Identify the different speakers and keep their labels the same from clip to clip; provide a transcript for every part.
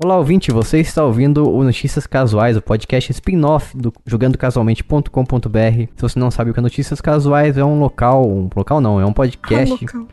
Speaker 1: Olá, ouvinte, você está ouvindo o Notícias Casuais, o podcast spin-off do jogandocasualmente.com.br. Se você não sabe o que é Notícias Casuais, é um local, um local não, é um podcast.
Speaker 2: Ah, local.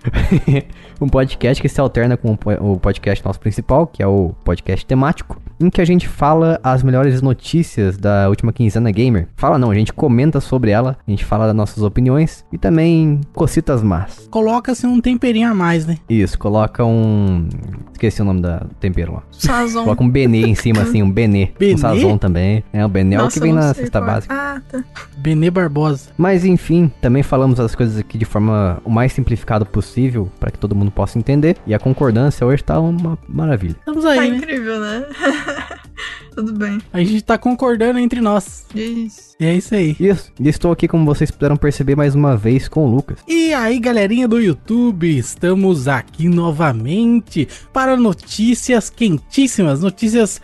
Speaker 1: um podcast que se alterna com o po- o podcast nosso principal, que é o podcast temático, em que a gente fala as melhores notícias da última quinzena gamer. Fala não, a gente comenta sobre ela, a gente fala das nossas opiniões e também cocitas más.
Speaker 3: Coloca-se um temperinho a mais, né?
Speaker 1: Isso, coloca um... esqueci o nome da do tempero lá.
Speaker 2: Sazon.
Speaker 1: Coloca um benê em cima, assim, um benê.
Speaker 3: Benê?
Speaker 1: Um sazon também. É, o benê é o
Speaker 2: Nossa,
Speaker 1: que vem
Speaker 2: não
Speaker 1: na
Speaker 2: sei
Speaker 1: cesta
Speaker 2: qual é.
Speaker 1: básica.
Speaker 2: Ah, tá.
Speaker 3: Benê Barbosa.
Speaker 1: Mas enfim, também falamos as coisas aqui de forma o mais simplificada possível, pra que todo mundo possa entender. E a concordância hoje tá uma maravilha.
Speaker 3: Estamos
Speaker 2: Tá
Speaker 3: aí, né?
Speaker 2: incrível, né? Tudo bem.
Speaker 3: A gente tá concordando entre nós.
Speaker 2: Isso.
Speaker 3: E é isso aí.
Speaker 1: Isso, e estou aqui, como vocês puderam perceber, mais uma vez com o Lucas.
Speaker 3: E aí, galerinha do YouTube, estamos aqui novamente para notícias quentíssimas, notícias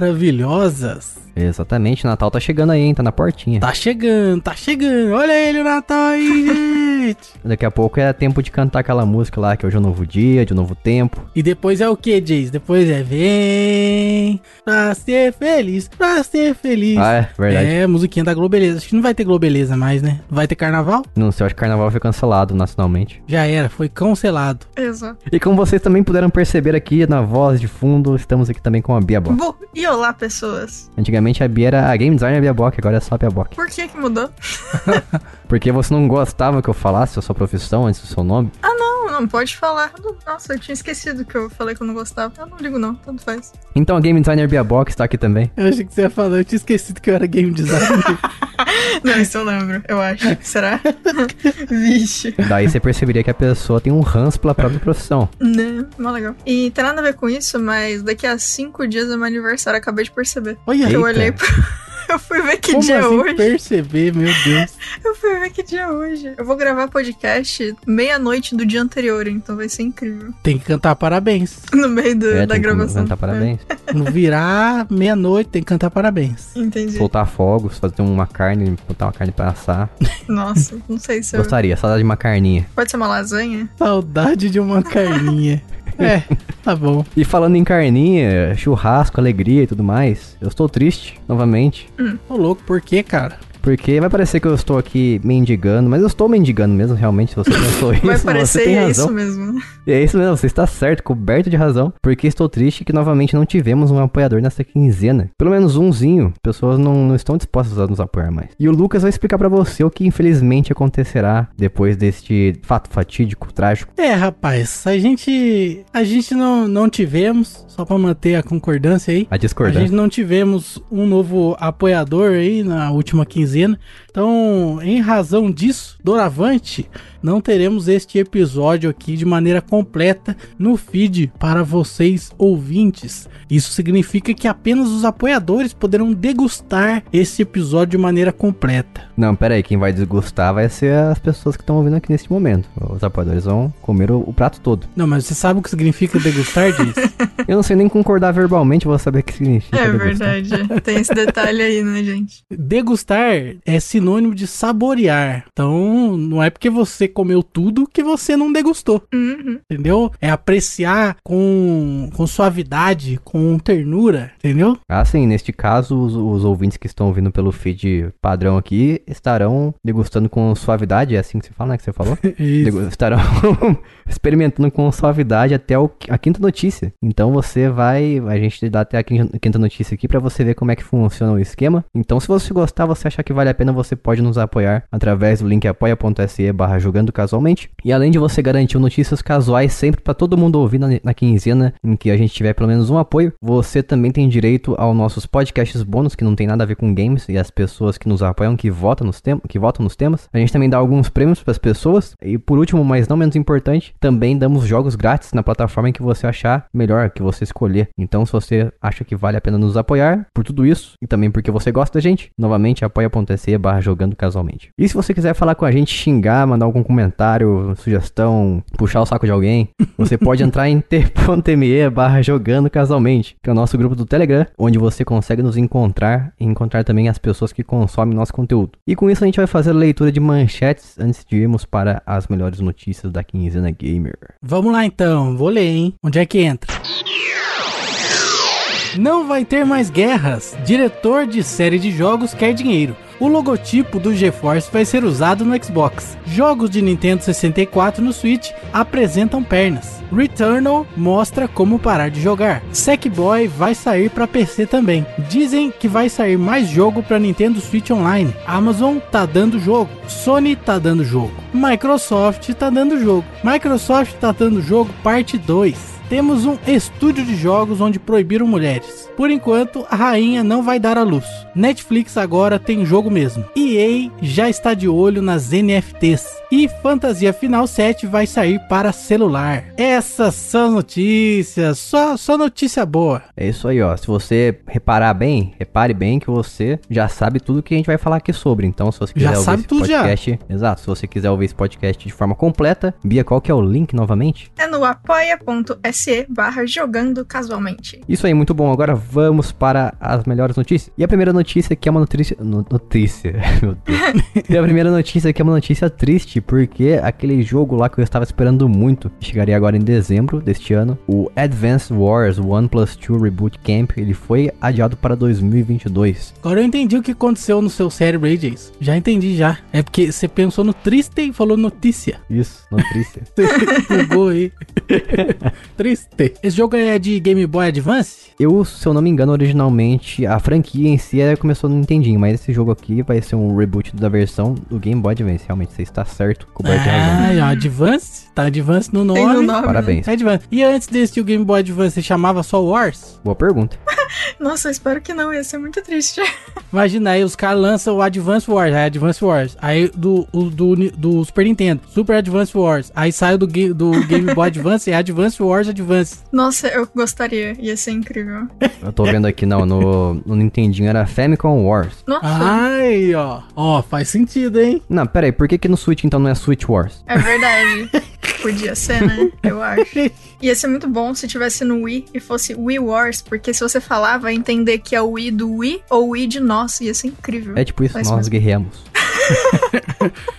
Speaker 3: maravilhosas.
Speaker 1: Exatamente, Natal tá chegando aí, hein? Tá na portinha.
Speaker 3: Tá chegando, tá chegando. Olha ele, o Natal aí, gente.
Speaker 1: Daqui a pouco é tempo de cantar aquela música lá, que hoje é um novo dia, de um novo tempo.
Speaker 3: E depois é o que, Jace? Depois é vem pra ser feliz, pra ser feliz.
Speaker 1: Ah, é, verdade.
Speaker 3: É, musiquinha da Globeleza. Acho que não vai ter Globeleza mais, né? Vai ter carnaval?
Speaker 1: Não sei, eu acho que carnaval foi cancelado nacionalmente.
Speaker 3: Já era, foi cancelado.
Speaker 2: Exato.
Speaker 1: E como vocês também puderam perceber aqui na voz de fundo, estamos aqui também com a Bia Bock.
Speaker 2: Bom, e olá, pessoas.
Speaker 1: Antigamente a Bia era a game designer Bia Bock, agora é só a Bia Bock.
Speaker 2: Por que que mudou?
Speaker 1: Porque você não gostava que eu falasse a sua profissão antes do seu nome?
Speaker 2: Não, não pode falar. Eu não- Nossa, eu tinha esquecido que eu falei que eu não gostava. Eu não ligo, não. Tanto faz.
Speaker 1: Então a game designer Bia Bock está aqui também.
Speaker 3: Eu achei que você ia falar, eu tinha esquecido que eu era game designer.
Speaker 2: Não, isso eu lembro, eu acho. Será? Vixe.
Speaker 1: Daí você perceberia que a pessoa tem um ranço pela própria profissão.
Speaker 2: Né? Mó legal. E tem nada a ver com isso, mas daqui a cinco dias é meu aniversário. eu Acabei de perceber.
Speaker 3: Olha,
Speaker 1: Eita.
Speaker 2: Eu olhei pra... Eu fui ver que
Speaker 3: como
Speaker 2: dia é
Speaker 3: assim
Speaker 2: hoje.
Speaker 3: perceber, meu Deus.
Speaker 2: Eu fui ver que dia é hoje. Eu vou gravar podcast meia-noite do dia anterior, então vai ser incrível.
Speaker 3: Tem que cantar parabéns.
Speaker 2: No meio do-
Speaker 1: É,
Speaker 2: da
Speaker 1: tem que
Speaker 2: gravação.
Speaker 1: cantar parabéns,
Speaker 3: No virar meia-noite, tem que cantar parabéns.
Speaker 2: É, entendi.
Speaker 1: soltar fogos, fazer uma carne, botar uma carne pra assar.
Speaker 2: Nossa, não sei se eu...
Speaker 1: Gostaria, saudade de uma carninha.
Speaker 2: Pode ser uma lasanha?
Speaker 3: Saudade de uma carninha. É, tá bom.
Speaker 1: E falando em carninha, churrasco, alegria e tudo mais, eu estou triste novamente.
Speaker 3: Ô louco, por quê, cara?
Speaker 1: Porque vai parecer que eu estou aqui mendigando, mas eu estou mendigando mesmo, realmente. Se você pensou isso,
Speaker 2: Vai
Speaker 1: você
Speaker 2: parecer
Speaker 1: tem
Speaker 2: e é
Speaker 1: razão.
Speaker 2: isso mesmo.
Speaker 1: E é isso mesmo, você está certo, coberto de razão, porque estou triste que novamente não tivemos um apoiador nessa quinzena. Pelo menos umzinho, pessoas não, não estão dispostas a nos apoiar mais. E o Lucas vai explicar pra você o que infelizmente acontecerá depois deste fato fatídico, trágico.
Speaker 3: É, rapaz, a gente. A gente não, não tivemos, só pra manter a concordância aí.
Speaker 1: A
Speaker 3: A
Speaker 1: discordância.
Speaker 3: gente não tivemos um novo apoiador aí na última quinzena. Então, em razão disso, doravante, não teremos este episódio aqui de maneira completa no feed para vocês ouvintes. Isso significa que apenas os apoiadores poderão degustar esse episódio de maneira completa.
Speaker 1: Não, pera aí, quem vai desgostar vai ser as pessoas que estão ouvindo aqui neste momento. Os apoiadores vão comer o, o prato todo.
Speaker 3: Não, mas você sabe o que significa degustar disso?
Speaker 1: Eu não sei nem concordar verbalmente, eu vou saber o que significa.
Speaker 2: É
Speaker 1: degustar.
Speaker 2: verdade. Tem esse detalhe aí, né, gente?
Speaker 3: degustar é sinônimo de saborear. Então, não é porque você comeu tudo que você não degustou.
Speaker 2: Uhum.
Speaker 3: entendeu? É apreciar com, com suavidade, com ternura, entendeu?
Speaker 1: Ah, sim, neste caso, os, os ouvintes que estão ouvindo pelo feed padrão aqui estarão degustando com suavidade, é assim que se fala, né? Que você falou? Degu- estarão experimentando com suavidade até o qui- a quinta notícia. Então você vai. A gente dá até a quin- quinta notícia aqui pra você ver como é que funciona o esquema. Então, se você gostar, você achar que vale a pena, você pode nos apoiar através do link apoia.se barra jogando casualmente. E além de você garantir notícias casuais sempre pra todo mundo ouvir na, na quinzena em que a gente tiver pelo menos um apoio, você também tem direito aos nossos podcasts bônus que não tem nada a ver com games e as pessoas que nos apoiam que votam nos, tem- que votam nos temas. A gente também dá alguns prêmios pras pessoas. E por último, mas não menos importante, também damos jogos grátis na plataforma em que você achar melhor, que você escolher. Então, se você acha que vale a pena nos apoiar por tudo isso e também porque você gosta da gente, novamente apoia.se barra jogando casualmente. E se você quiser falar com a gente, xingar, mandar algum comentário, sugestão, puxar o saco de alguém, você pode entrar em t.me barra jogando casualmente, que é o nosso grupo do Telegram, onde você consegue nos encontrar e encontrar também as pessoas que consomem nosso conteúdo. E com isso a gente vai fazer a leitura de manchetes antes de irmos para as melhores notícias da quinzena gamer.
Speaker 3: Vamos lá então, vou ler, hein? Onde é que entra? Não vai ter mais guerras. Diretor de série de jogos quer dinheiro. O logotipo do GeForce vai ser usado no Xbox. Jogos de Nintendo 64 no Switch apresentam pernas. Returnal mostra como parar de jogar. Sackboy vai sair para PC também. Dizem que vai sair mais jogo para Nintendo Switch Online. Amazon tá dando jogo. Sony tá dando jogo. Microsoft tá dando jogo. Microsoft tá dando jogo parte 2 temos um estúdio de jogos onde proibiram mulheres. Por enquanto, a rainha não vai dar à luz. Netflix agora tem jogo mesmo. EA já está de olho nas NFTs. E Fantasia Final 7 vai sair para celular. Essas são notícias, só, só notícia boa.
Speaker 1: É isso aí, ó. Se você reparar bem, repare bem que você já sabe tudo que a gente vai falar aqui sobre. Então, se você quiser
Speaker 3: Já
Speaker 1: ouvir
Speaker 3: sabe
Speaker 1: esse
Speaker 3: tudo já.
Speaker 1: podcast, exato. Se você quiser ouvir esse podcast de forma completa, Bia, qual que é o link novamente?
Speaker 2: É no apoia.se barra jogando casualmente.
Speaker 1: Isso aí, muito bom. Agora vamos para as melhores notícias. E a primeira notícia que é uma notícia. no- Notícia. Meu Deus. e a primeira notícia que é uma notícia triste, porque aquele jogo lá que eu estava esperando muito, que chegaria agora em dezembro deste ano, o Advanced Wars One Plus Two Reboot Camp, ele foi adiado para 2022.
Speaker 3: Agora eu entendi o que aconteceu no seu cérebro aí, Jason. Já entendi, já. É porque você pensou no triste e falou notícia.
Speaker 1: Isso, notícia.
Speaker 3: Você bugou aí. triste. Esse jogo é de Game Boy Advance?
Speaker 1: Eu, se eu não me engano, originalmente a franquia em si é- começou no Nintendinho, mas esse jogo aqui vai ser um reboot da versão do Game Boy Advance. Realmente, você está certo, coberto de razão.
Speaker 3: Ah, Advance? Tá Advance no nome.
Speaker 2: Tem no nome.
Speaker 1: Parabéns.
Speaker 3: É Advance. E antes desse o Game Boy Advance você chamava só Wars?
Speaker 1: Boa pergunta.
Speaker 2: Nossa, eu espero que não, ia ser muito triste.
Speaker 3: Imagina aí, os caras lançam o Advance Wars, aí Advance Wars, aí do, o do, Ni- do Super Nintendo, Super Advance Wars, aí sai o do, Ga- do Game Boy Advance, é Advance Wars Advance.
Speaker 2: Nossa, eu gostaria, ia ser incrível.
Speaker 1: Eu tô vendo aqui, não, no, no Nintendinho era Famicom Wars.
Speaker 3: Ah,
Speaker 2: Nossa,
Speaker 3: Ai, ó, ó, faz sentido, hein?
Speaker 1: Não, pera aí, por que que no Switch então não é Switch Wars?
Speaker 2: é verdade. Podia ser, né? Eu acho. Ia ser muito bom se tivesse no Wii e fosse Wii Wars, porque se você falar, vai entender que é o Wii do Wii ou o Wii de nós, ia ser incrível.
Speaker 1: É tipo isso,
Speaker 2: Faz
Speaker 1: nós
Speaker 2: mesmo.
Speaker 1: guerreamos.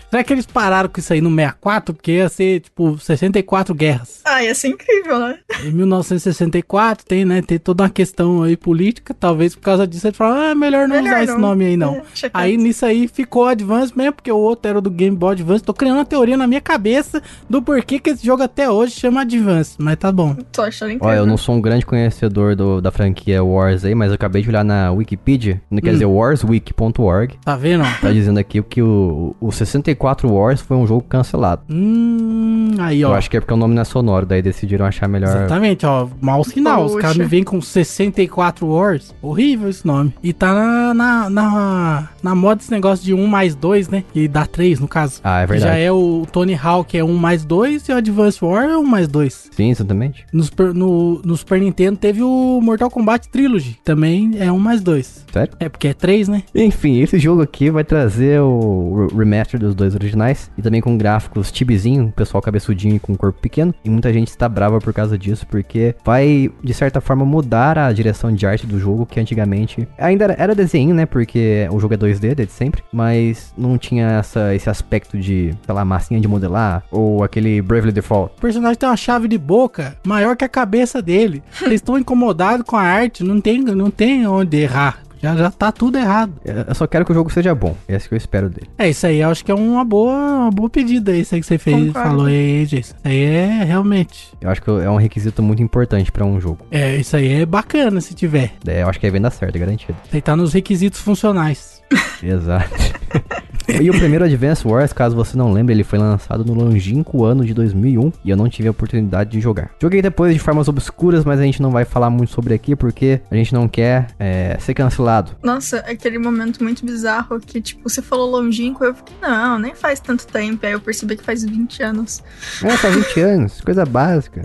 Speaker 3: Será que eles pararam com isso aí no 64? Porque ia ser, tipo, 64 guerras.
Speaker 2: Ah, ia ser incrível, né?
Speaker 3: Em 1964 tem, né, tem toda uma questão aí política, talvez por causa disso eles falaram, ah, melhor não
Speaker 2: Melhor
Speaker 3: usar esse
Speaker 2: não."
Speaker 3: nome aí não.
Speaker 2: É, tinha que-
Speaker 3: Aí nisso aí ficou Advance mesmo, porque o outro era do Game Boy Advance. Tô criando uma teoria na minha cabeça do porquê que esse jogo até hoje chama Advance, mas tá bom.
Speaker 2: Tô achando incrível.
Speaker 1: Olha, eu não sou um grande conhecedor do- da franquia Wars aí, mas eu acabei de olhar na Wikipedia, quer
Speaker 3: Hum.
Speaker 1: dizer, warswiki.org,
Speaker 3: Tá vendo? ó?
Speaker 1: tá dizendo aqui que o, o 64 Wars foi um jogo cancelado.
Speaker 3: Hum, aí
Speaker 1: Eu
Speaker 3: ó.
Speaker 1: acho que é porque o nome não é sonoro, daí decidiram achar melhor.
Speaker 3: Exatamente, ó. Mau sinal. Os
Speaker 2: Poxa.
Speaker 3: caras me vêm com 64 Wars. Horrível esse nome. E tá na, na, na, na moda esse negócio de 1 mais 2, né? E dá 3 no caso.
Speaker 1: Ah, é
Speaker 3: Que Já
Speaker 1: verdade.
Speaker 3: é o Tony Hawk é 1 mais 2 e o Advance War é 1 mais 2.
Speaker 1: Sim, exatamente.
Speaker 3: No Super, no, no Super Nintendo teve o Mortal Kombat Trilogy. Também é um mais dois.
Speaker 1: Sério?
Speaker 3: É porque é três, né?
Speaker 1: Enfim, esse jogo aqui vai trazer o re- remaster dos dois originais e também com gráficos tibizinho, um pessoal cabeçudinho e com um corpo pequeno. E muita gente está brava por causa disso, porque vai, de certa forma, mudar a direção de arte do jogo, que antigamente ainda era, era desenho, né? Porque o jogo é 2D desde sempre, mas não tinha essa, esse aspecto de, sei lá, massinha de modelar ou aquele Bravely Default.
Speaker 3: O personagem tem uma chave de boca maior que a cabeça dele. Vocês estão incomodados com a arte, não tem, não tem onde errar. Já, já tá tudo errado.
Speaker 1: Eu eu só quero que o jogo seja bom, é isso que eu espero dele.
Speaker 3: É, isso aí eu acho que é uma boa, uma boa pedida isso aí que você fez,
Speaker 2: Concordo.
Speaker 3: falou aí, Jason. Isso aí é realmente.
Speaker 1: Eu acho que é um requisito muito importante pra um jogo.
Speaker 3: É, isso aí é bacana se tiver.
Speaker 1: É, eu acho que é venda certa, garantido.
Speaker 3: Isso aí tá nos requisitos funcionais.
Speaker 1: Exato. e o primeiro Advance Wars, caso você não lembre, ele foi lançado no longínquo ano de 2001 e eu não tive a oportunidade de jogar. Joguei depois de formas obscuras, mas a gente não vai falar muito sobre aqui porque a gente não quer é, ser cancelado.
Speaker 2: Nossa, aquele momento muito bizarro que, tipo, você falou longínquo, eu fiquei, não, nem faz tanto tempo. Aí eu percebi que faz 20 anos.
Speaker 1: É, faz 20 anos, coisa básica.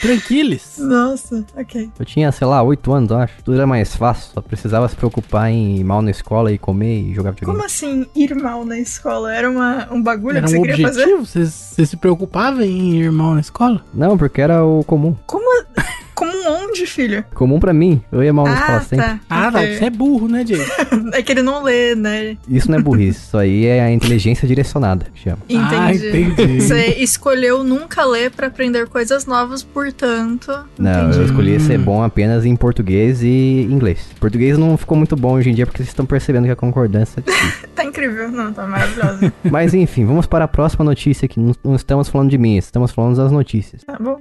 Speaker 3: Tranquilos.
Speaker 2: Nossa, ok.
Speaker 1: Eu tinha, sei lá, 8 anos, eu acho. Tudo era mais fácil, só precisava se preocupar em ir mal na escola e comer e jogar videogame.
Speaker 2: Como assim ir mal na escola? Era uma, um bagulho
Speaker 3: Era
Speaker 2: que você
Speaker 3: um
Speaker 2: queria fazer?
Speaker 3: objetivo? Vocês vocês se preocupavam em ir mal na escola?
Speaker 1: Não, porque era o comum.
Speaker 2: Como um onde, filho?
Speaker 1: Comum pra mim, eu ia mal na escola
Speaker 2: Ah,
Speaker 1: sempre.
Speaker 2: tá.
Speaker 3: Ah, não,
Speaker 2: Ok.
Speaker 3: você é burro, né, Diego?
Speaker 2: É que ele não lê, né?
Speaker 1: Isso não é burrice, isso aí é a inteligência direcionada, que chama.
Speaker 3: Ah,
Speaker 2: Entendi.
Speaker 3: entendi.
Speaker 2: Você escolheu nunca ler pra aprender coisas novas, portanto.
Speaker 1: Não,
Speaker 2: entendi.
Speaker 1: eu escolhi
Speaker 3: Hum.
Speaker 1: ser bom apenas em português e inglês. Português não ficou muito bom hoje em dia porque vocês estão percebendo que a concordância é difícil.
Speaker 2: Tá incrível. Não, tá maravilhoso.
Speaker 1: Mas enfim, vamos para a próxima notícia que não, não estamos falando de mim, estamos falando das notícias.
Speaker 2: tá bom.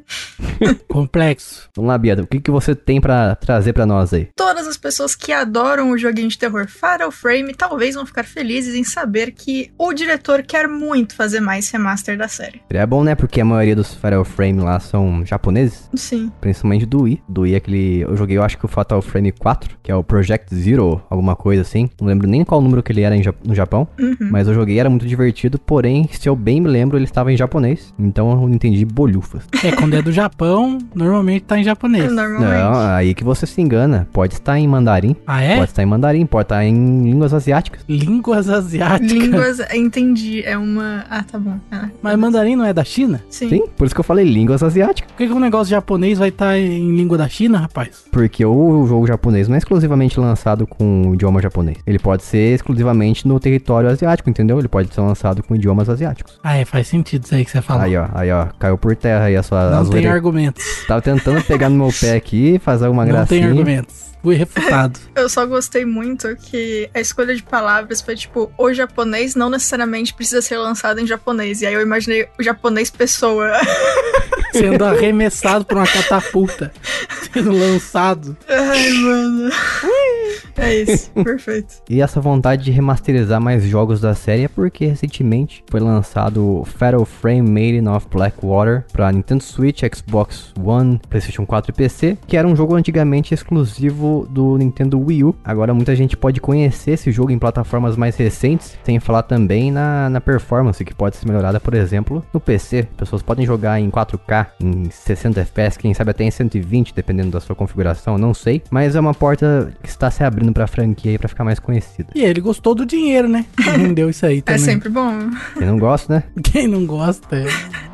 Speaker 3: Complexo.
Speaker 1: Vamos lá, Bia, o que, que você tem pra trazer pra nós aí?
Speaker 2: Todas as pessoas que adoram o joguinho de terror Fatal Frame talvez vão ficar felizes em saber que o diretor quer muito fazer mais remaster da série.
Speaker 1: Seria bom, né? Porque a maioria dos Fatal Frame lá são japoneses,
Speaker 2: Sim.
Speaker 1: principalmente do Wii. Do Wii é aquele. Eu joguei, eu acho que o Fatal Frame 4, que é o Project Zero, alguma coisa assim. Não lembro nem qual número que ele era em Ja- no Japão.
Speaker 2: Uhum.
Speaker 1: Mas eu joguei, era muito divertido, porém, se eu bem me lembro, ele estava em japonês, então eu não entendi bolhufas.
Speaker 3: É, quando é do Japão, normalmente tá em japonês.
Speaker 1: Não, é-
Speaker 2: Normalmente.
Speaker 1: aí que você se engana. Pode estar em mandarim,
Speaker 3: Ah, é?
Speaker 1: pode estar em mandarim, pode estar em línguas asiáticas.
Speaker 3: Línguas asiáticas.
Speaker 2: Línguas, entendi. É uma. Ah, tá bom. Ah,
Speaker 3: Mas mandarim não é da China?
Speaker 2: sim.
Speaker 1: Sim, por isso que eu falei línguas asiáticas.
Speaker 3: Por que, que um negócio japonês vai estar em língua da China, rapaz?
Speaker 1: Porque o jogo japonês não é exclusivamente lançado com o idioma japonês. Ele pode ser exclusivamente no território asiático, entendeu? Ele pode ser lançado com idiomas asiáticos.
Speaker 3: Ah, é, faz sentido isso aí que você falou.
Speaker 1: Aí, ó, aí, ó, caiu por terra aí a sua
Speaker 3: não tem
Speaker 1: azuleira.
Speaker 3: argumentos.
Speaker 1: Tava tentando pegar no meu pé aqui, fazer alguma
Speaker 3: Não
Speaker 1: gracinha.
Speaker 3: tem argumentos. Fui refutado.
Speaker 2: Eu só gostei muito que a escolha de palavras foi tipo, o japonês não necessariamente precisa ser lançado em japonês. E aí eu imaginei o japonês pessoa.
Speaker 3: Sendo arremessado por uma catapulta. Sendo lançado.
Speaker 2: Ai, mano. É isso, perfeito.
Speaker 1: E essa vontade de remasterizar mais jogos da série é porque recentemente foi lançado o Fatal Frame Maiden of Blackwater para Nintendo Switch, Xbox One, PlayStation 4 e PC, que era um jogo antigamente exclusivo do Nintendo Wii U. Agora muita gente pode conhecer esse jogo em plataformas mais recentes, sem falar também na, na performance que pode ser melhorada, por exemplo, no PC. Pessoas podem jogar em 4K, em 60 FPS, quem sabe até em 120, dependendo da sua configuração, não sei. Mas é uma porta que está se abrindo para a franquia e para ficar mais conhecida.
Speaker 3: E ele gostou do dinheiro, né? Que Rendeu isso aí
Speaker 2: É
Speaker 3: também.
Speaker 2: sempre bom.
Speaker 1: Quem não gosta, né?
Speaker 3: Quem não gosta, é.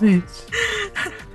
Speaker 3: gente.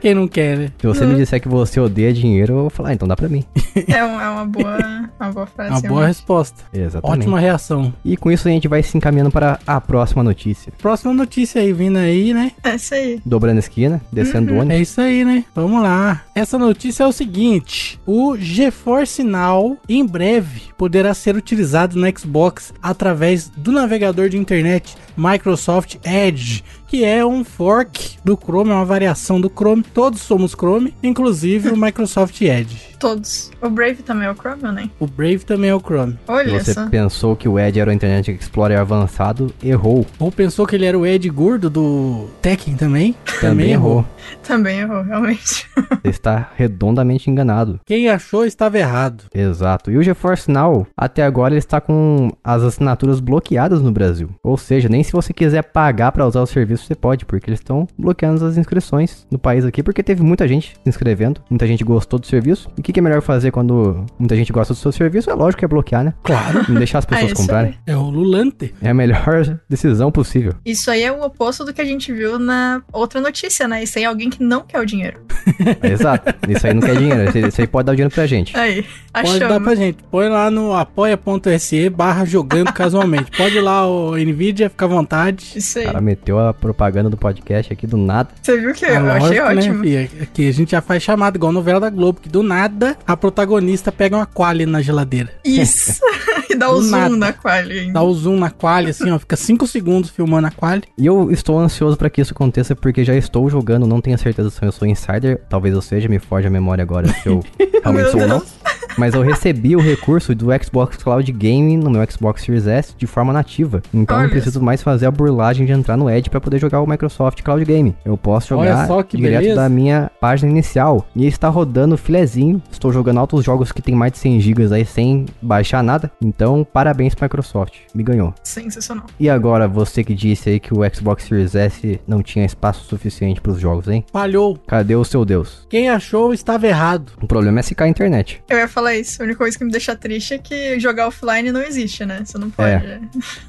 Speaker 3: Quem não quer, né?
Speaker 1: Se você me disser que você odeia dinheiro, eu vou falar, ah, então dá pra mim.
Speaker 2: É, um- é uma boa, uma boa
Speaker 3: É
Speaker 2: frase.
Speaker 3: Uma boa
Speaker 2: realmente.
Speaker 3: resposta.
Speaker 1: Exatamente.
Speaker 3: Ótima reação.
Speaker 1: E com isso a gente vai se encaminhando para a próxima notícia.
Speaker 3: Próxima notícia aí vindo aí, né?
Speaker 2: É isso aí.
Speaker 1: Dobrando a esquina, descendo o
Speaker 3: É
Speaker 1: ônibus.
Speaker 3: isso aí, né? Vamos lá. Essa notícia é o seguinte: o GeForce Now em breve poderá ser utilizado no Xbox através do navegador de internet Microsoft Edge, que é um fork do Chrome, é uma variação do Chrome. Todos somos Chrome, inclusive o Microsoft Edge.
Speaker 2: Todos. O Brave também é o Chrome, né?
Speaker 3: O Brave também é o Chrome.
Speaker 1: Se
Speaker 2: Olha
Speaker 1: você
Speaker 2: só.
Speaker 1: pensou que o Edge era o Internet Explorer avançado, errou.
Speaker 3: Ou pensou que ele era o Ed gordo do Tekken também?
Speaker 1: Também errou.
Speaker 2: Também errou, realmente.
Speaker 1: Você está redondamente enganado.
Speaker 3: Quem achou estava errado.
Speaker 1: Exato. E o GeForce Now, até agora, ele está com as assinaturas bloqueadas no Brasil. Ou seja, nem se você quiser pagar para usar o serviço, você pode, porque eles estão bloqueando as inscrições no país aqui, porque teve muita gente se inscrevendo, muita gente gostou do serviço. E o que, que é melhor fazer quando muita gente gosta do seu serviço? É lógico que é bloquear, né?
Speaker 3: Claro.
Speaker 1: Não deixar as
Speaker 2: É
Speaker 1: pessoas
Speaker 2: isso
Speaker 1: comprarem.
Speaker 3: É o Lulante.
Speaker 1: É a melhor decisão possível.
Speaker 2: Isso aí é o oposto do que a gente viu na outra notícia, né? Isso aí é alguém que não quer o dinheiro.
Speaker 1: Exato. Isso aí não quer dinheiro. Isso aí- Isso aí pode dar o dinheiro pra gente.
Speaker 2: Aí,
Speaker 3: Pode dar
Speaker 2: achamos.
Speaker 3: pra gente. Põe lá no apoia.se barra jogando casualmente. Pode ir lá, o Nvidia, fica à vontade.
Speaker 2: Isso
Speaker 1: O
Speaker 2: aí.
Speaker 1: cara meteu a propaganda do podcast aqui do nada.
Speaker 2: Você viu que
Speaker 3: É
Speaker 2: eu achei
Speaker 3: lógico,
Speaker 2: ótimo.
Speaker 3: Né, Fia? que a gente já faz chamada, igual novela da Globo, que do nada a protagonista pega uma qualha na geladeira.
Speaker 2: Isso. e dá o
Speaker 3: Do
Speaker 2: zoom
Speaker 3: nada.
Speaker 2: na quali ainda.
Speaker 3: Dá o zoom na qualha, assim, ó, fica 5 segundos filmando a qualha.
Speaker 1: E eu estou ansioso para que isso aconteça, porque já estou jogando, não tenho certeza se eu sou insider, talvez eu seja, me foge a memória agora se eu realmente sou ou não. Mas eu recebi o recurso do Xbox Cloud Game no meu Xbox Series S de forma nativa. Então eu
Speaker 2: Olha
Speaker 1: não preciso mais fazer a burlagem de entrar no Edge para poder jogar o Microsoft Cloud Game. Eu posso
Speaker 3: Olha
Speaker 1: jogar
Speaker 3: só que
Speaker 1: direto
Speaker 3: beleza.
Speaker 1: da minha página inicial. E está rodando filezinho. Estou jogando altos jogos que tem mais de 100 GB aí sem baixar nada. Então, parabéns Microsoft. Me ganhou.
Speaker 2: Sensacional.
Speaker 1: E agora, você que disse aí que o Xbox Series S não tinha espaço suficiente pros jogos, hein?
Speaker 3: Falhou.
Speaker 1: Cadê o seu Deus?
Speaker 3: Quem achou estava errado.
Speaker 1: O problema é se cair a internet.
Speaker 2: Eu ia falar isso. A única coisa que me deixa triste é que jogar offline não existe, né? Você não pode.
Speaker 3: É.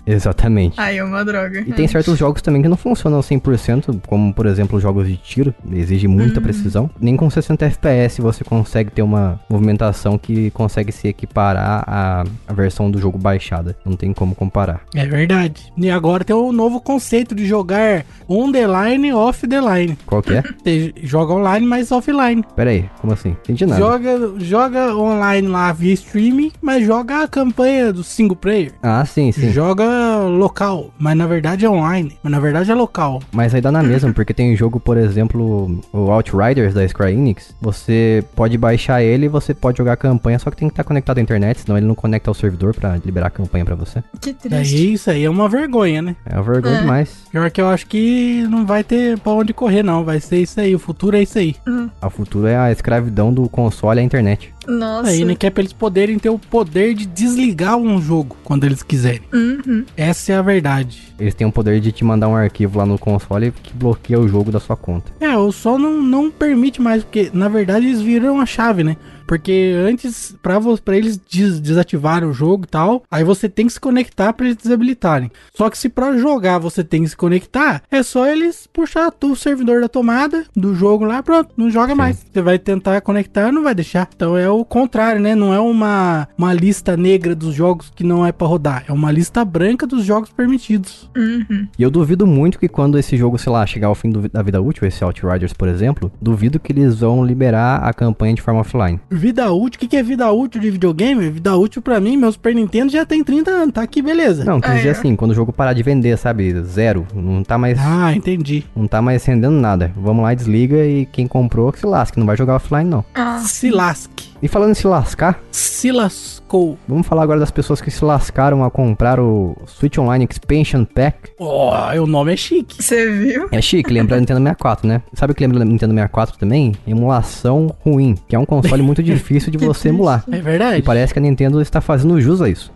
Speaker 1: Exatamente.
Speaker 2: Aí é uma droga.
Speaker 1: E tem certos jogos também que não funcionam 100%, como por exemplo jogos de tiro, exige muita precisão. Nem com 60 FPS você consegue ter uma movimentação que consegue se equiparar à, à versão do jogo baixada. Não tem como comparar.
Speaker 3: É verdade. E agora tem um novo conceito de jogar on the line e off the line.
Speaker 1: Qual que é?
Speaker 3: Você joga online, mas offline.
Speaker 1: Pera aí, como assim? Entendi nada.
Speaker 3: Joga, joga online lá via streaming, mas joga a campanha do single player.
Speaker 1: Ah, sim, sim.
Speaker 3: Joga local, mas na verdade é online. Mas na verdade é local.
Speaker 1: Mas aí dá na mesma, porque tem jogo, por exemplo, o Outriders da Square Enix. Você pode baixar ele e você pode jogar a campanha, só que tem que estar conectado à internet, senão ele não conecta ao servidor pra liberar a campanha pra você.
Speaker 2: Que triste.
Speaker 3: Daí isso aí é uma vergonha, né?
Speaker 1: É uma vergonha
Speaker 2: É.
Speaker 1: demais.
Speaker 3: Pior que eu acho que não vai ter pra onde correr, não. Vai ser isso aí. O futuro é isso aí.
Speaker 2: Hum,
Speaker 1: O futuro é a escravidão do console à internet.
Speaker 2: Nossa.
Speaker 3: Aí, né? Que é pra eles poderem ter o poder de desligar um jogo quando eles quiserem.
Speaker 2: Uhum.
Speaker 3: Essa é a verdade.
Speaker 1: Eles têm o poder de te mandar um arquivo lá no console que bloqueia o jogo da sua conta.
Speaker 3: É, o só não, não permite mais, porque na verdade eles viram a chave, né? Porque antes, pra, vo- pra eles des desativarem o jogo e tal, aí você tem que se conectar pra eles desabilitarem. Só que se pra jogar você tem que se conectar, é só eles puxar tu- o servidor da tomada do jogo lá, pronto, não joga
Speaker 1: Sim.
Speaker 3: mais. Você vai tentar conectar, não vai deixar. Então é o contrário, né? Não é uma, uma lista negra dos jogos que não é pra rodar, é uma lista branca dos jogos permitidos.
Speaker 2: Uhum.
Speaker 1: E eu duvido muito que quando esse jogo, sei lá, chegar ao fim do- da vida útil, esse Outriders, por exemplo, duvido que eles vão liberar a campanha de forma offline.
Speaker 3: Vida útil, o que, que é vida útil de videogame? Vida útil pra mim, meu Super Nintendo já tem 30 anos, tá? Que beleza.
Speaker 1: Não, quis
Speaker 2: Ah,
Speaker 1: dizer
Speaker 2: é.
Speaker 1: assim, quando o jogo parar de vender, sabe? Zero. Não tá mais.
Speaker 3: Ah, entendi.
Speaker 1: Não tá mais rendendo nada. Vamos lá, desliga e quem comprou que se lasque. Não vai jogar offline, não.
Speaker 2: Ah,
Speaker 3: Se lasque.
Speaker 1: E falando em se lascar,
Speaker 3: Se lascou.
Speaker 1: vamos falar agora das pessoas que se lascaram a comprar o Switch Online Expansion Pack.
Speaker 3: Ó, o nome é chique.
Speaker 2: você viu?
Speaker 1: É chique, lembra da Nintendo 64, né? Sabe o que lembra da Nintendo 64 também? Emulação ruim, que é um console muito difícil de
Speaker 2: Que
Speaker 1: você
Speaker 2: triste.
Speaker 1: emular.
Speaker 3: É verdade.
Speaker 1: E parece que a Nintendo está fazendo jus a isso.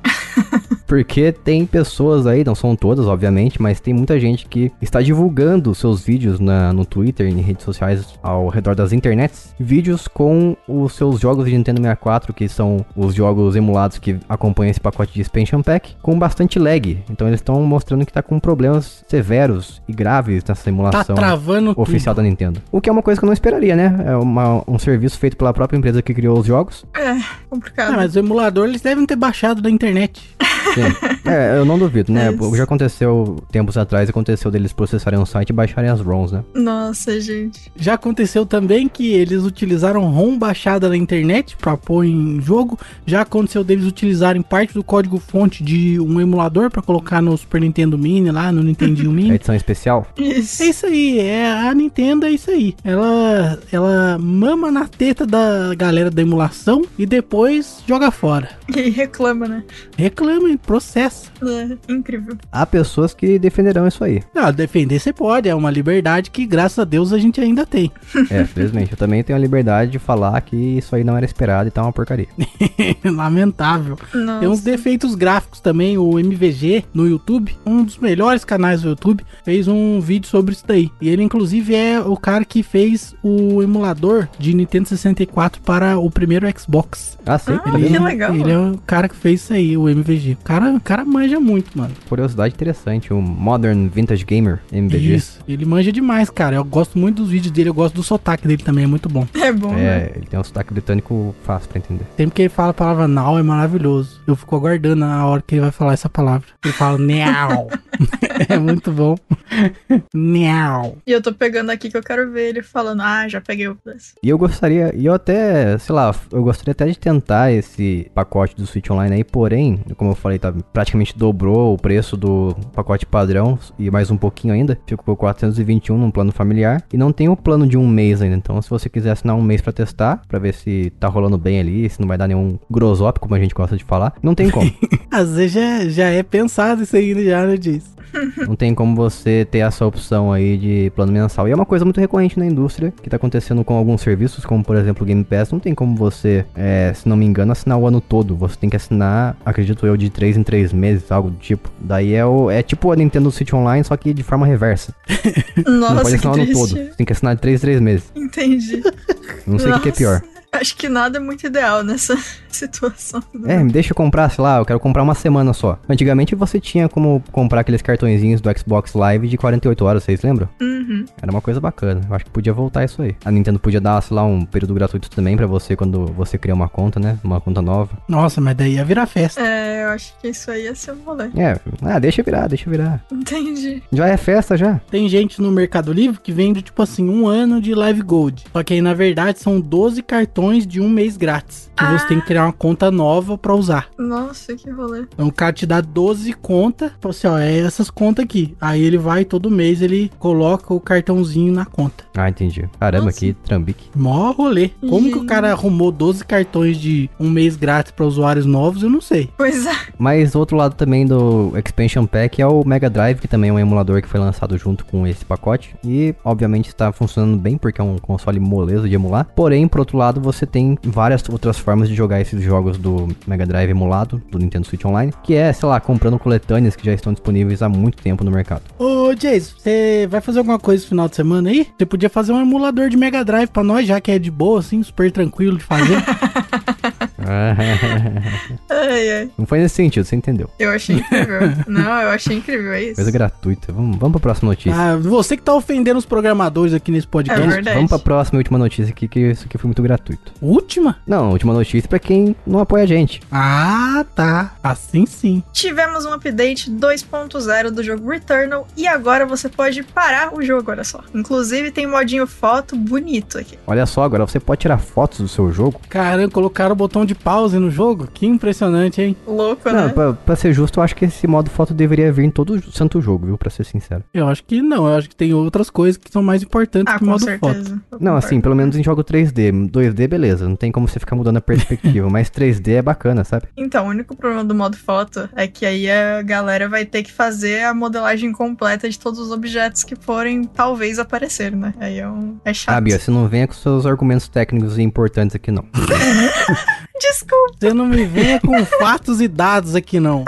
Speaker 1: Porque tem pessoas aí, não são todas, obviamente, mas tem muita gente que está divulgando seus vídeos na- no Twitter, em redes sociais ao redor das internets. Vídeos com os seus jogos de Nintendo 64, que são os jogos emulados que acompanham esse pacote de expansion pack, com bastante lag. Então eles estão mostrando que está com problemas severos e graves nessa
Speaker 3: tá
Speaker 1: emulação
Speaker 3: travando tudo.
Speaker 1: oficial da Nintendo. O que é uma coisa que eu não esperaria, né? É uma- um serviço feito pela própria empresa que criou os jogos.
Speaker 2: É, complicado.
Speaker 3: Ah, mas o emulador eles devem ter baixado da internet.
Speaker 1: Sim. É, eu não duvido, né?
Speaker 2: É isso.
Speaker 1: Já aconteceu tempos atrás, aconteceu deles processarem um site e baixarem as ROMs, né?
Speaker 2: Nossa, gente.
Speaker 3: Já aconteceu também que eles utilizaram ROM baixada na internet pra pôr em jogo. Já aconteceu deles utilizarem parte do código fonte de um emulador pra colocar no Super Nintendo Mini lá, no Nintendinho
Speaker 1: A
Speaker 3: Mini.
Speaker 1: edição especial.
Speaker 2: Isso.
Speaker 3: É isso aí, é a Nintendo é isso aí. Ela ela mama na teta da galera da emulação e depois joga fora.
Speaker 2: E reclama, né?
Speaker 3: Reclama, e processa.
Speaker 2: É, incrível.
Speaker 1: Há pessoas que defenderão isso aí.
Speaker 3: Ah, defender você pode, é uma liberdade que graças a Deus a gente ainda tem.
Speaker 1: É, felizmente. Eu também tenho a liberdade de falar que isso aí não era esperado e tá uma porcaria.
Speaker 3: Lamentável.
Speaker 2: Nossa.
Speaker 3: Tem uns defeitos gráficos também, o MVG no YouTube, um dos melhores canais do YouTube, fez um vídeo sobre isso daí. E ele, inclusive, é o cara que fez o emulador de Nintendo 64 para o primeiro Xbox.
Speaker 1: Ah, sim.
Speaker 2: Ah,
Speaker 1: tá vendo?
Speaker 2: que legal.
Speaker 3: Ele é o cara que fez isso aí, o MVG. O cara, o cara manja muito, mano.
Speaker 1: Curiosidade interessante. O Modern Vintage Gamer, MBG.
Speaker 3: Isso. Ele manja demais, cara. Eu gosto muito dos vídeos dele, eu gosto do sotaque dele também, é muito bom.
Speaker 2: É bom, né?
Speaker 1: É, ele tem um sotaque britânico fácil pra entender.
Speaker 3: Sempre que ele fala a palavra now é maravilhoso. Eu fico aguardando a hora que ele vai falar essa palavra. Ele fala now. é muito bom. now.
Speaker 2: E eu tô pegando aqui que eu quero ver ele falando, ah, já peguei o preço.
Speaker 1: E eu gostaria, e eu até, sei lá, eu gostaria até de tentar esse pacote do Switch Online aí, porém, como eu falei, tá, praticamente dobrou o preço do pacote padrão e mais um pouquinho ainda, ficou por 421 num plano familiar e não tem o plano de um mês ainda, então se você quiser assinar um mês pra testar, pra ver se tá rolando bem ali, se não vai dar nenhum grosop, como a gente gosta de falar, não tem como.
Speaker 3: Às vezes já, já é pensado isso aí, já né, diz.
Speaker 1: Não tem como você ter essa opção aí de plano mensal. E é uma coisa muito recorrente na indústria, que tá acontecendo com alguns serviços, como por exemplo o Game Pass. Não tem como você, é, se não me engano, assinar o ano todo. Você tem que assinar, acredito eu, de 3 em 3 meses, algo do tipo. Daí é, o, é tipo a Nintendo Switch Online, só que de forma reversa. não
Speaker 2: Nossa,
Speaker 1: pode
Speaker 2: que
Speaker 1: assinar o ano todo.
Speaker 2: triste.
Speaker 1: Você tem que assinar de 3 em 3 meses.
Speaker 2: Entendi.
Speaker 1: Não sei o que que é
Speaker 2: Nossa.
Speaker 1: pior.
Speaker 2: Acho que nada é muito ideal nessa situação. né?
Speaker 1: É, me deixa eu comprar, sei lá, eu quero comprar uma semana só. Antigamente você tinha como comprar aqueles cartõezinhos do Xbox Live de 48 horas, vocês lembram?
Speaker 3: É.
Speaker 2: Uhum.
Speaker 1: Era uma coisa bacana. Eu acho que podia voltar isso aí. A Nintendo podia dar, sei lá, um período gratuito também pra você quando você criar uma conta, né? Uma conta nova.
Speaker 3: Nossa, mas daí ia virar festa.
Speaker 2: É, eu acho que isso aí ia ser um rolê.
Speaker 1: É, ah, deixa virar, deixa virar.
Speaker 2: Entendi.
Speaker 1: Já é festa já.
Speaker 3: Tem gente no Mercado Livre que vende, tipo assim, um ano de Live Gold. Só que aí, na verdade, são 12 cartões de um mês grátis. Que você
Speaker 2: Ah.
Speaker 3: tem que criar uma conta nova pra usar.
Speaker 2: Nossa, que rolê.
Speaker 3: Então o cara te dá 12 contas, fala assim, ó, é essas contas aqui. Aí ele vai todo mês, ele coloca o cartãozinho na conta.
Speaker 1: Ah, entendi. Caramba,
Speaker 2: Nossa.
Speaker 1: que trambique.
Speaker 3: Mó rolê. Como que o
Speaker 2: Gente.
Speaker 3: cara arrumou 12 cartões de um mês grátis pra usuários novos, eu não sei.
Speaker 2: Pois é.
Speaker 1: Mas outro lado também do Expansion Pack é o Mega Drive, que também é um emulador que foi lançado junto com esse pacote. E, obviamente, está funcionando bem, porque é um console moleso de emular. Porém, por outro lado, você tem várias outras formas de jogar esses jogos do Mega Drive emulado, do Nintendo Switch Online, que é, sei lá, comprando coletâneas que já estão disponíveis há muito tempo no mercado.
Speaker 3: Ô, Jason, você vai fazer alguma coisa no final de semana aí? Você podia fazer um emulador de Mega Drive pra nós, já que é de boa, assim, super tranquilo de fazer.
Speaker 2: Ai, ai.
Speaker 1: Não foi nesse sentido, você entendeu.
Speaker 2: Eu achei incrível. Não, eu achei incrível, é isso.
Speaker 1: Coisa gratuita. Vamos, vamos pra próxima notícia.
Speaker 3: ah, você que tá ofendendo os programadores aqui nesse
Speaker 2: É
Speaker 3: podcast.
Speaker 2: verdade.
Speaker 1: Vamos pra próxima e última notícia aqui, que isso aqui foi muito gratuito.
Speaker 3: Última?
Speaker 1: Não, última notícia pra quem não apoia a gente.
Speaker 3: Ah, tá. Assim sim.
Speaker 2: Tivemos um update 2.0 do jogo Returnal e agora você pode parar o jogo, olha só. Inclusive tem modinho foto bonito aqui.
Speaker 1: Olha só, agora você pode tirar fotos do seu jogo.
Speaker 3: Caramba, colocaram o botão de pause no jogo? Que impressionante, hein?
Speaker 2: Louco,
Speaker 1: Não,
Speaker 2: né?
Speaker 1: pra, pra ser justo, eu acho que esse modo foto deveria vir em todo ju- santo jogo, viu? Pra ser sincero.
Speaker 3: Eu acho que não, eu acho que tem outras coisas que são mais importantes
Speaker 2: Ah,
Speaker 3: que o
Speaker 2: com
Speaker 3: modo foto.
Speaker 2: certeza. Eu
Speaker 1: Não,
Speaker 2: concordo.
Speaker 1: assim, pelo menos em jogo 3D. 2D, beleza. Não tem como você ficar mudando a perspectiva. mas 3D é bacana, sabe?
Speaker 2: Então, o único problema do modo foto é que aí a galera vai ter que fazer a modelagem completa de todos os objetos que forem talvez aparecer, né? Aí é um. É chato.
Speaker 1: Ah, Bia, você não venha com seus argumentos técnicos e importantes aqui, não.
Speaker 2: Desculpa.
Speaker 3: Você não me venha com fatos e dados aqui, não.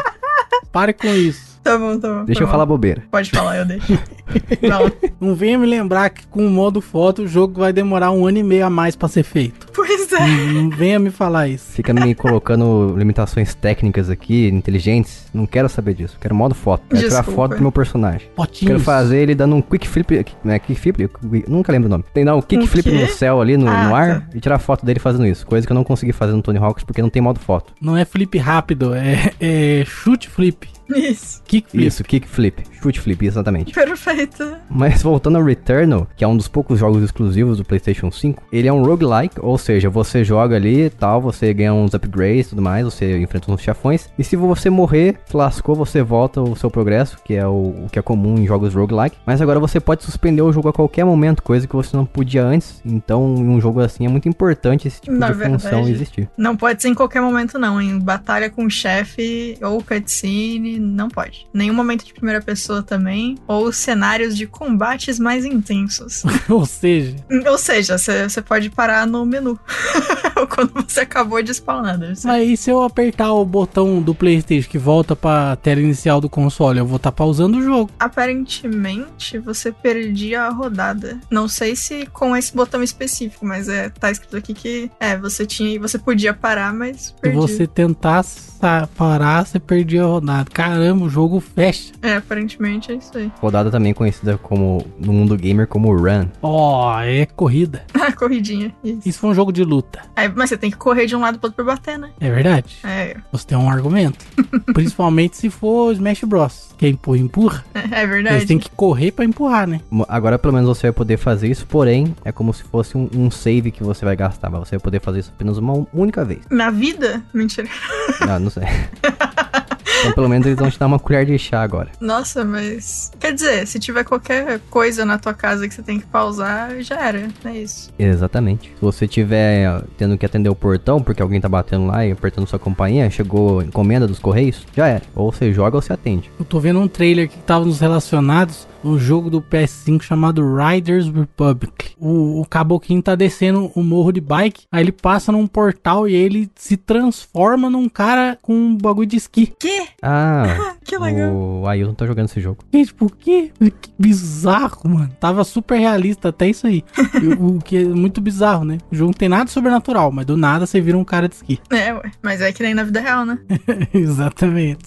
Speaker 3: Pare com isso.
Speaker 2: Tá bom, tá bom.
Speaker 1: Deixa
Speaker 2: tá
Speaker 1: eu
Speaker 2: bom.
Speaker 1: falar bobeira.
Speaker 2: Pode falar, eu deixo. Vai lá.
Speaker 3: Não venha me lembrar que com o modo foto o jogo vai demorar um ano e meio a mais pra ser feito.
Speaker 2: Pois é.
Speaker 3: Não, não venha me falar isso.
Speaker 1: Fica me colocando limitações técnicas aqui, inteligentes. Não quero saber disso. Quero modo foto. Quero tirar
Speaker 2: Desculpa.
Speaker 1: foto do meu personagem.
Speaker 3: Potinhos.
Speaker 1: Quero fazer ele dando um quick flip. Não é quick flip? Quick- Nunca lembro o nome. Tem dar um kick
Speaker 2: Um
Speaker 1: flip
Speaker 2: quê?
Speaker 1: no céu ali, no,
Speaker 2: Ah,
Speaker 1: no ar,
Speaker 2: tá.
Speaker 1: e tirar foto dele fazendo isso. Coisa que eu não consegui fazer no Tony Hawks porque não tem modo foto.
Speaker 3: Não é flip rápido, é, é chute flip.
Speaker 2: Isso.
Speaker 3: Kick flip.
Speaker 1: Isso, kick flip. Chute flip, exatamente.
Speaker 2: Perfeito.
Speaker 1: Mas voltando ao Returnal, que é um dos poucos jogos exclusivos do PlayStation 5, ele é um roguelike, ou seja, você joga ali e tal, você ganha uns upgrades e tudo mais, você enfrenta uns chafões, e se você morrer, se lascou, você volta o seu progresso, que é o, o que é comum em jogos roguelike, mas agora você pode suspender o jogo a qualquer momento, coisa que você não podia antes, então em um jogo assim é muito importante esse tipo
Speaker 2: Na
Speaker 1: de função
Speaker 2: verdade.
Speaker 1: existir.
Speaker 2: Não pode ser em qualquer momento, não. Em batalha com o chefe ou cutscene, não pode. Nenhum momento de primeira pessoa também. Ou cenários de combates mais intensos.
Speaker 3: Ou seja,
Speaker 2: ou seja, você pode parar no menu. Ou quando você acabou de spawnar. né? deve ser.
Speaker 3: mas e se eu apertar o botão do PlayStation que volta pra tela inicial do console? Eu vou estar pausando o jogo.
Speaker 2: Aparentemente, você perdia a rodada. Não sei se com esse botão específico, mas é, tá escrito aqui que é, você tinha, você podia parar, mas
Speaker 3: Se
Speaker 2: perdi.
Speaker 3: você tentar sa- parar, você perdia a rodada. Caramba, o jogo fecha.
Speaker 2: É, aparentemente é isso aí.
Speaker 1: Rodada também conhecida como no mundo gamer como Run.
Speaker 3: Ó, é corrida.
Speaker 2: A corridinha. Isso.
Speaker 3: Isso foi um jogo de luta.
Speaker 2: Aí, mas você tem que correr de um lado pro outro pra bater, né?
Speaker 3: É verdade.
Speaker 2: É,
Speaker 3: Você tem um argumento. Principalmente se for Smash Bros. Que é empurra, empurra.
Speaker 2: é, é
Speaker 3: Eles
Speaker 2: verdade.
Speaker 3: têm que correr pra empurrar, né?
Speaker 1: Mo- Agora pelo menos você vai poder fazer isso, porém é como se fosse um, um save que você vai gastar, mas você vai poder fazer isso apenas uma un- única vez.
Speaker 2: Na vida? Mentira.
Speaker 1: Ah, não sei. Então pelo menos eles vão te dar uma colher de chá agora.
Speaker 2: Nossa, mas. Quer dizer, se tiver qualquer coisa na tua casa que você tem que pausar, já era. É isso.
Speaker 1: Exatamente. Se você tiver eh, tendo que atender o portão porque alguém tá batendo lá e apertando sua companhia, chegou encomenda dos correios, já era. Ou você joga ou você atende.
Speaker 3: Eu tô vendo um trailer aqui que tava nos relacionados um jogo do PS5 chamado Riders Republic. O, o caboclinho tá descendo o morro de bike, aí ele passa num portal e ele se transforma num cara com um bagulho de esqui.
Speaker 2: Quê?
Speaker 1: Ah,
Speaker 2: Que legal.
Speaker 1: o Ailton tá jogando esse jogo.
Speaker 3: Gente, por quê? tipo, Que bizarro, mano. Tava super realista até isso aí. E o o que é muito bizarro, né? O jogo não tem nada sobrenatural, mas do nada você vira um cara de esqui.
Speaker 2: É, ué. Mas é que nem na vida real, né?
Speaker 3: Exatamente.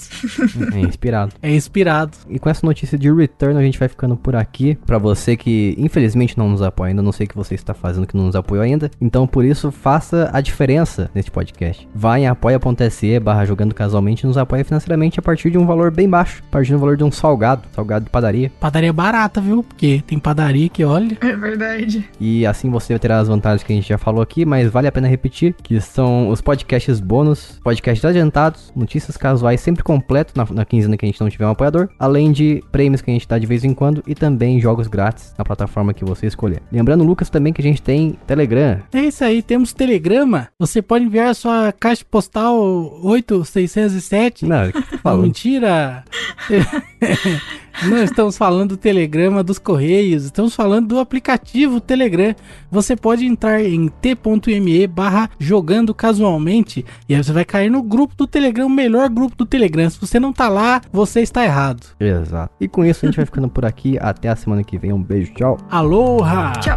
Speaker 1: É inspirado.
Speaker 3: É inspirado.
Speaker 1: E com essa notícia de return, a gente vai ficando por aqui. Pra você que infelizmente não nos apoia ainda, não sei o que você está fazendo que não nos apoiou ainda. Então, por isso, faça a diferença neste podcast. Vá em apoia.se barra jogando casualmente e nos apoia financeiramente a partir de um valor bem baixo. A partir do valor de um salgado, salgado de padaria.
Speaker 3: Padaria barata, viu? Porque tem padaria que, olha,
Speaker 2: É verdade.
Speaker 1: E assim você terá as vantagens que a gente já falou aqui, mas vale a pena repetir, que são os podcasts bônus, podcasts adiantados, notícias casuais sempre completo na, na quinzena que a gente não tiver um apoiador, além de prêmios que a gente dá de vez em quando e também jogos grátis na plataforma que você escolher. Lembrando, Lucas, também que a gente tem Telegram.
Speaker 3: É isso aí, temos telegrama. Você pode enviar a sua caixa postal 8607.
Speaker 1: Não, o que tu
Speaker 3: Não,
Speaker 1: falou?
Speaker 3: mentira! Não estamos falando do Telegrama, dos Correios, estamos falando do aplicativo Telegram. Você pode entrar em t.me barra jogando casualmente e aí você vai cair no grupo do Telegram, o melhor grupo do Telegram. Se você não tá lá, você está errado.
Speaker 1: Exato. E com isso a gente vai ficando por aqui. Até a semana que vem. Um beijo, tchau.
Speaker 3: Aloha!
Speaker 2: Tchau.